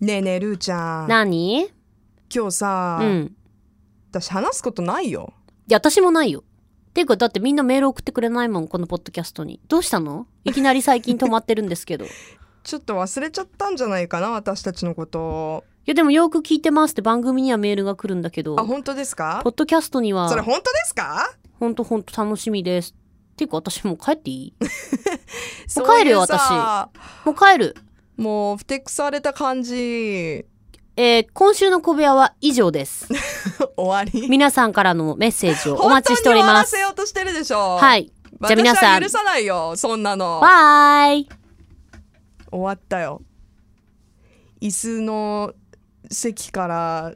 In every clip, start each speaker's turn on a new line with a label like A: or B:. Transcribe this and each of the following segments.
A: ねえねえ、ルーちゃん。
B: 何
A: 今日さ、
B: うん。
A: 私話すことないよ。
B: いや、私もないよ。ていうか、だってみんなメール送ってくれないもん、このポッドキャストに。どうしたのいきなり最近止まってるんで すけど。い
A: ちょっと忘れちゃったんじゃないかな、私たちのこと。
B: や、でもよく聞いてますって番組にはメールが来るんだけど
A: あ、、本当ですか
B: ポッドキャストには
A: そ、れ本当ですか
B: ほんとほんと楽しみです。ていうか、私もう帰っていい
A: そ
B: 帰るよ
A: ういうさ。
B: もう帰る。
A: もう、ふてくされた感じ。
B: えー、今週の小部屋は以上です。
A: 終わり。
B: 皆さんからのメッセージをお待ちしておりま
A: 本当に終わらせ
B: す。
A: ようとしてるでしょ。。
B: はいい。じゃあ皆
A: 私
B: さ
A: は
B: ん
A: 許、さないよ、そんなの。
B: バイ
A: 終わったよ。椅子の席から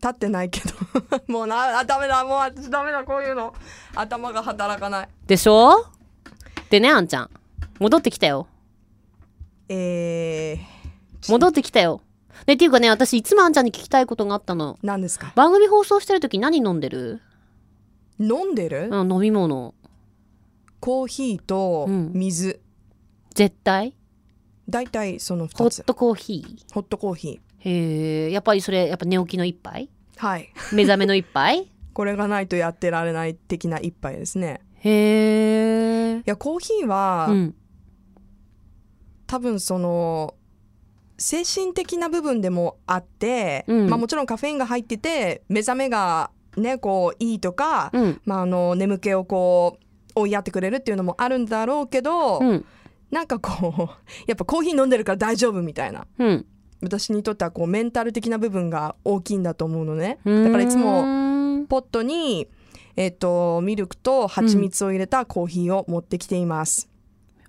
A: 立ってないけど もうなあダメだもう私ダメだこういうの頭が働かない
B: でしょでね、あんちゃん。戻ってきたよ。
A: えー、
B: 戻ってきたよ。ね、っていうかね、私いつもあんちゃんに聞きたいことがあったの。
A: 何ですか
B: 番組放送してる時何飲んでる
A: 飲んでる、
B: うん、飲み物。
A: コーヒーと
B: うん
A: 水、
B: 絶対
A: だいたいその
B: ホ
A: 2
B: ッ
A: つ
B: トコーヒ
A: ホットコーヒ
B: ー。へえ、やっぱりそれ、やっぱ寝起きの一杯
A: ーはい
B: 目覚めの一 杯
A: これがないとやってられない的な一杯ですね
B: へえ。
A: いやコーヒーは、
B: うん。
A: 多分その精神的な部分でもあって、
B: うん
A: まあ、もちろんカフェインが入ってて目覚めがねこういいとか、
B: うん。
A: まあ、あの眠気をこう追いやってくれるっていうのもあるんだろうけど、
B: うん。
A: なんかこうやっぱコーヒー飲んでるから大丈夫みたいな
B: うん。
A: 私にとってはこうメンタル的な部分が大きいんだと思うのね
B: うーん
A: だからいつも。ポットに、えっとミルクと蜂蜜を入れたコーヒーを持ってきています、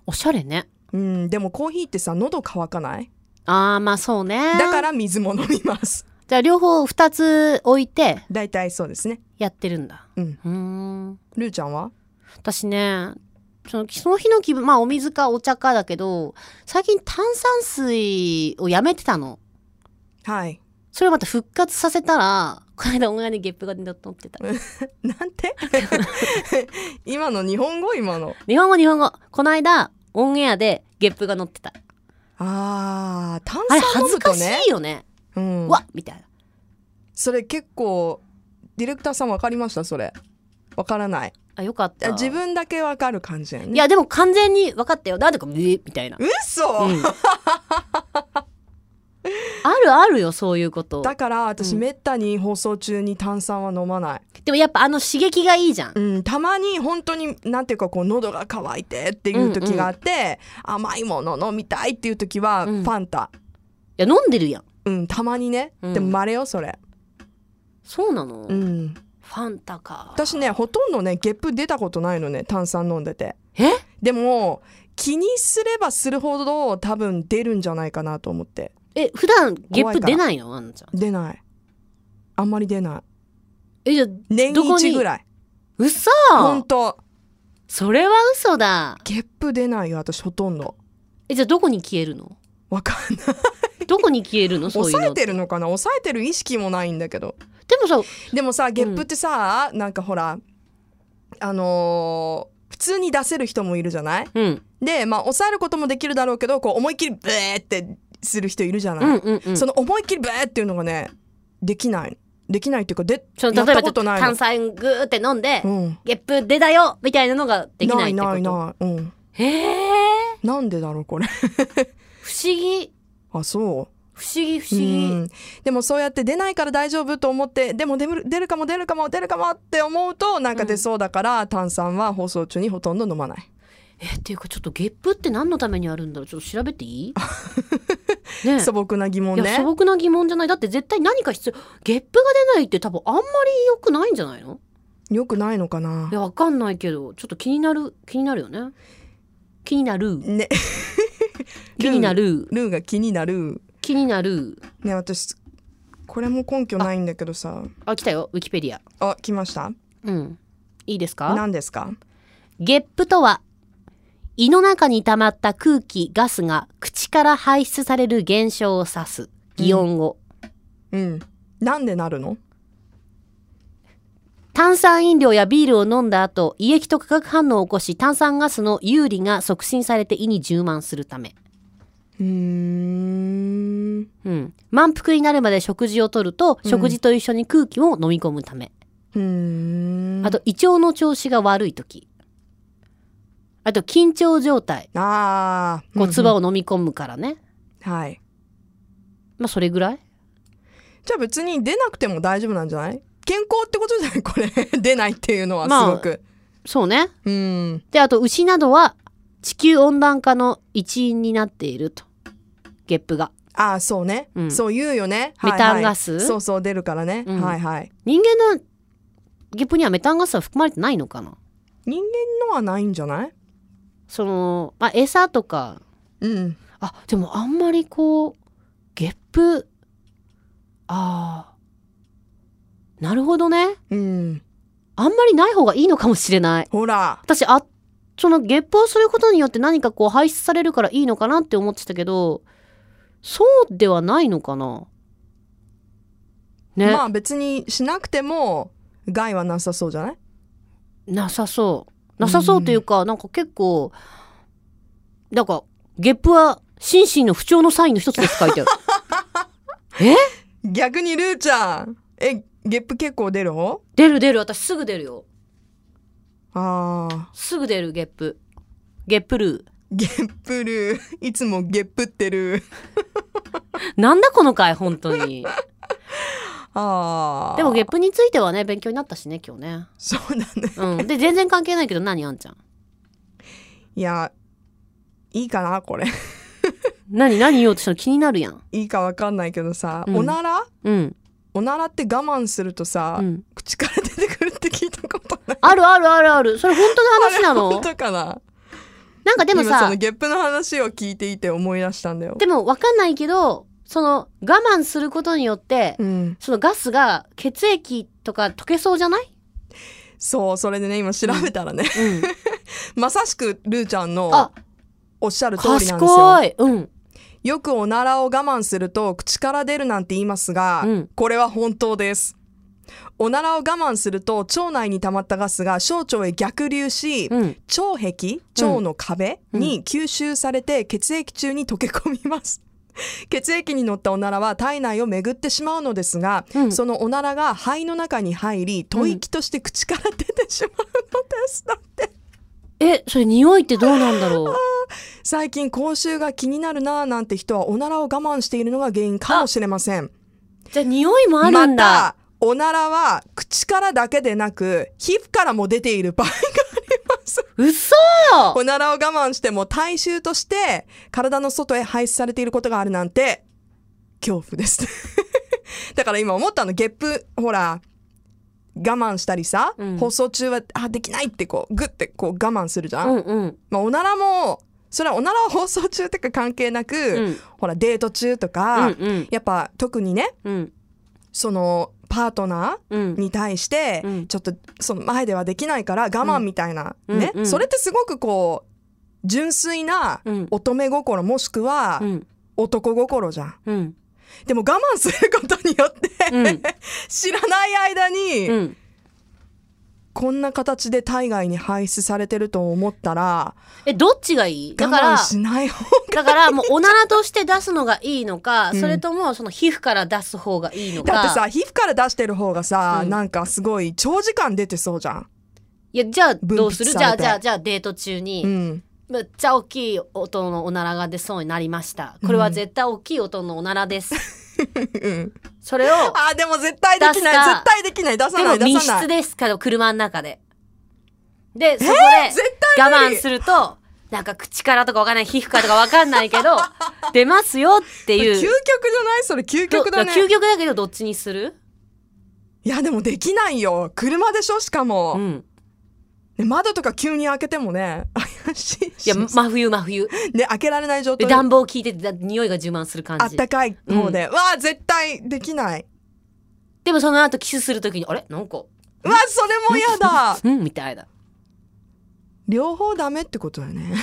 B: おしゃれね。
A: うん、でもコーヒーってさ喉乾かない
B: あー、まあそうね。
A: だから水も飲みます。
B: じゃあ両方二つ置いて
A: 大体そうですね。
B: やってるんだ。
A: うん。
B: うーん。
A: ルーちゃんは
B: 私ね、そのその日の気分、まあお水かお茶かだけど、最近炭酸水をやめてたの。
A: はい。
B: それをまた復活させたら、この間オンラインでゲップが出たと思ってた。
A: なん て今の日本語今の。
B: 日本語日本語。この間、オンエアでゲップが乗ってた。
A: あー、炭
B: あれ
A: 酸
B: 恥
A: 飲
B: ず
A: むと
B: か
A: ね
B: し。いよね。
A: うん
B: う。わみたいな。
A: それ結構、ディレクターさんわかりましたそれ。わからない。
B: あ、よかっ
A: あ
B: た。
A: 自分だけわかる感じや
B: い
A: ね。
B: や、でも完全に分かったよ。なんでか、えーみたいな。
A: 嘘、
B: うんあるあるよ、そういうこと。
A: だから私
B: うん
A: めったに放送中に炭酸は飲まない。
B: でもやっぱあの刺激がいいじゃん。
A: うん、たまに本当になんていうかこう喉が渇いてっていう時があって、甘いもの飲みたいっていう時はフ
B: うん
A: ァンタ、
B: いや、飲んでるやん。
A: うんたまにね、
B: うん
A: でもまれよそれ、
B: そうなの、
A: う
B: フ
A: ん、
B: ァンタか。
A: 私ねほとんどねゲップ出たことないのね炭酸飲んでて
B: え
A: でも気にすればするほど多分出るんじゃないかなと思って
B: え、普段ゲッ
A: 怖い
B: プ
A: から
B: 出ないのあんちゃん。
A: 出ないあんまり出ない
B: え、じゃあ、
A: 年
B: どこに
A: 一ぐらい
B: 嘘
A: 本当
B: それは嘘だ。
A: ゲップ出ないよ私ほとんど
B: え、じゃあどこに消えるの
A: わかんない
B: どこに消えるのそういう
A: 抑
B: の
A: えてるのかな抑えてる意識もないんだけど
B: でもさ
A: でもさゲップってさ、なんかほらあのー普通に出せる人もいるじゃない
B: うん
A: でまあ抑えることもできるだろうけどこう思いっきりブーってする人いるじゃない、
B: うんうんうん
A: その思いっきりブーっていうのがねできないできないっていうかで
B: その
A: やっ
B: 例え
A: た
B: ばちょ
A: こ
B: っと
A: とないの
B: 炭酸グーって飲んで、
A: うん
B: ゲップ出だよみたいなのができないってこと
A: ないないない、うん、
B: へえ
A: なんでだろうこれ
B: 不思議
A: あそう
B: 不思議不
A: う
B: 思議、
A: んでもそうやって出ないから大丈夫と思ってでも出る出るかも出るかも出るかもって思うとなんか出そうだから、炭酸は放送中にほとんど飲まない
B: えっていうかちょっとゲップって何のためにあるんだろうちょっと調べ ていいねえ
A: 素朴な疑問
B: いや素
A: ね
B: 朴な疑問じゃないだって絶対何か必要ゲップが出ないって多分あんまり良くないんじゃないの
A: よくないのかない
B: やわかんないけどちょっと気になる気になるよね気になる
A: ね
B: 気になる
A: ルーが気になる
B: 気になる
A: ね私これも根拠ないんだけどさ
B: あ来たよウィキペディア
A: あ来ました
B: うんいいですか
A: 何ですか
B: ゲップとは、胃の中に溜まった空気、ガスが口から排出される現象を指す。擬音語。
A: うんなんでなるの
B: 炭酸飲料やビールを飲んだ後、胃液と化学反応を起こし、炭酸ガスの有利が促進されて胃に充満するため。
A: うーん
B: うん、満腹になるまで食事をとると、
A: うん
B: 食事と一緒に空気を飲み込むため
A: うーん
B: あと胃腸の調子が悪い時あと緊張状態
A: ああ
B: こう唾
A: を、
B: を飲み込むからね、
A: はい
B: まあそれぐらい
A: じゃあ別に出なくても大丈夫なんじゃない健康ってことじゃないこれ 出ないっていうのは
B: ますあ
A: ごく、
B: そうね
A: うん
B: であと牛などは地球温暖化の一因になっているとゲップが
A: ああそうね、
B: うん
A: そう言うよね
B: メタンガス
A: はいはいそうそう出るからね、
B: うん
A: はいはい
B: 人間のゲップにはメタンガスは含まれてないのかな
A: 人間のはないんじゃない
B: その、まあ、餌とか
A: うん
B: あでもあんまりこうゲップあーなるほどね
A: うん
B: あんまりない方がいいのかもしれない
A: ほら
B: 私あそのゲップをすることによって何かこう排出されるからいいのかなって思ってたけどそうではないのかなね、
A: まあ別にしなくても害はなさそうじゃない
B: なさそうなさそうというか、なんか結構なんかゲップは心身の不調のサインの一つですって書いてある
A: 逆にルーちゃんえゲップ結構出る方
B: 出る出る私すぐ出るよ
A: ああ
B: すぐ出るゲップゲップル
A: ゲップるいつもゲップってる
B: ーなんだこの回本当に
A: ああ
B: でもゲップについてはね勉強になったしね今日ね
A: そうだね
B: うんで全然関係ないけど何あんちゃん
A: いやいいかなこれ
B: 何何言おうとしたの気になるやん
A: いいかわかんないけどさ、
B: うん
A: おなら
B: うん、
A: おならって我慢するとさ、
B: うん、
A: 口から出てくるって聞いたことない
B: あるあるあるあるそれ 本当の話な
A: 本
B: の
A: 当かな
B: なんかでも
A: 今そ
B: さ
A: のゲップの話を聞いていて思い出したんだよ
B: でもわかんないけどその我慢することによって、
A: うん
B: そのガスが血液とか溶けそうじゃない、
A: そうそれでね今調べたらね、
B: うん、
A: まさしくルーちゃんの
B: あ
A: おっしゃる通りなんですよ
B: 賢いうん
A: よくおならを我慢すると口から出るなんて言いますが、
B: うん
A: これは本当です。おならを我慢すると腸内に溜まったガスが小腸へ逆流し、
B: うん
A: 腸壁腸の壁に吸収されて血液中に溶け込みます。 血液に乗ったおならは体内を巡ってしまうのですが、
B: うん
A: そのおならが肺の中に入り吐息として口から出てしまうのですだって
B: えそれ匂いってどうなんだろ う
A: 最近口臭が気になるなぁなんて人はおならを我慢しているのが原因かもしれません
B: じゃあ匂いもあるん
A: また
B: だ
A: おならは口からだけでなく皮膚からも出ている場合が あります
B: うそ
A: おならを我慢しても体臭として体の外へ排出されていることがあるなんて恐怖です だから今思ったのゲップほら我慢したりさ、
B: うん
A: 放送中はあできないってこうグッてこう我慢するじゃん、
B: うんうん
A: まあ、おならもそれはおならは放送中とか関係なく、
B: うん
A: ほらデート中と
B: う
A: か、
B: んうん
A: やっぱ特にね
B: うん
A: そのパートナー
B: うん
A: に対して、
B: うん
A: ちょっとその前ではできないから我慢みたいな、
B: うん
A: ね、
B: うんうん
A: それってすごくこう純粋な
B: うん
A: 乙女心もしくは
B: うん
A: 男心じゃん。
B: うん
A: でも我慢することによって、
B: うん
A: 知らない間に、
B: うん
A: こんな形で体外に排出されてると思ったら
B: えどっちがいいだから
A: 我慢しない方
B: だからもうおならとして出すのがいいのか、
A: ん
B: それともその皮膚から出す方がいいのか
A: だってさ皮膚から出してる方がさ、
B: うん
A: なんかすごい長時間出てそうじゃん。
B: いやじゃあどうする
A: 分泌
B: じゃ
A: されて
B: あじゃあじゃあデート中に、
A: うん、
B: むっちゃ大きい音のおならが出そうになりましたこれは絶対大きい音のおならです、
A: うん
B: それを
A: あーでも絶対でき
B: 出す
A: ない
B: か
A: 絶対できない出さ
B: で
A: な
B: も
A: い出
B: 密
A: さない
B: 室。ですけど車の中ででそこ
A: 絶
B: で
A: 対無理
B: 我慢するとなんか口からとかわかんない皮膚からとかわかんない けど出ますよって
A: 究極
B: い
A: じ
B: う
A: ゃないそれ究極だね
B: ど究極だけどどっちにする
A: いやでもできないよ車でしょしかも、
B: うん
A: ね窓とか急に開けてもね 怪しいし
B: いや真冬真冬
A: ね開けられない状
B: で
A: 態
B: 暖房効いててだ匂いが充満する
A: あ
B: 感
A: っ
B: じ
A: たかい方で、わあ絶対できない
B: でもその後キスするときにあれなんか
A: わあそれも嫌だ
B: うんみたいな
A: 両方ダメってことだよね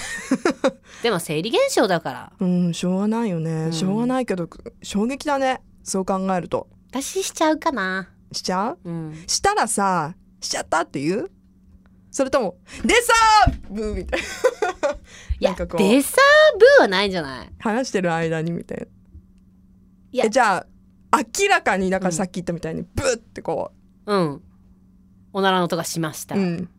B: でも生理現象だから
A: うんしょうがないよね、
B: ん
A: しょうがないけど衝撃だねそう考えると
B: 私しちゃうかな
A: しちゃう
B: うん
A: したらさしちゃったって言うそれともでさーブーみたいない
B: や
A: なんかこう
B: デサーブーはないんじゃない
A: 話してる間にみたいない
B: いや
A: えじゃあ明らかにだからさっき言ったみたいにブッってこ
B: うん。おならの音がしました。
A: う、うん、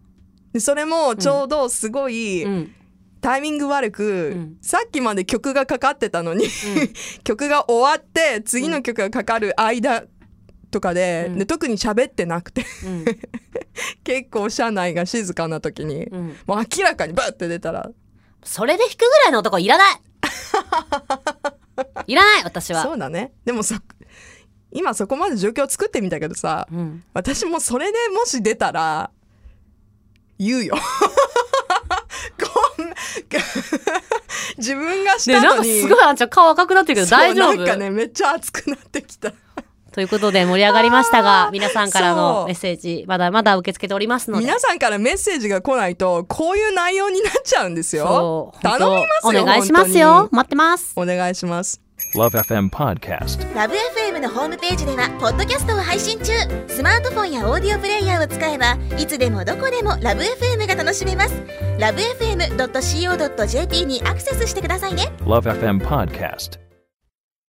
A: でそれもちょうどすごい、
B: うん
A: タイミング悪く、
B: うん
A: さっきまで曲がかかってたのに、 曲が終わって次の曲がかかる間とかで,、
B: うん
A: で特に喋ってなくて
B: うん
A: 結構車内が静かな時に、
B: うん
A: もう明らかにバッて出たら
B: それで弾くぐらいの男いらない いらない私は。
A: そうだねでもそ今そこまで状況を作ってみたけどさ
B: うん、
A: 私もそれでもし出たら言うよ。 こんな 自分がし
B: ね
A: た
B: なん
A: の
B: か
A: に、
B: すごいあんちゃん顔赤くなってるけど
A: そう
B: 大丈夫
A: なんかねめっちゃ熱くなってきた。
B: ということで盛り上がりましたが皆さんから
A: そ
B: の
A: う
B: メッセージまだまだ受け付けておりますので
A: 皆さんからメッセージが来ないとこういう内容になっちゃうんですよ
B: そう
A: 頼みます
B: 本当
A: よ
B: お願いしますよ
A: 本
B: 待ってます
A: 当にお願いします
C: Love FM Podcast.
D: ラブ f m のホームページではポッドキャストを配信中スマートフォンやオーディオプレイヤーを使えばいつでもどこでもラブ f m が楽しめますラブ FM.co.jp にアクセスしてくださいね
C: Love FM Podcast.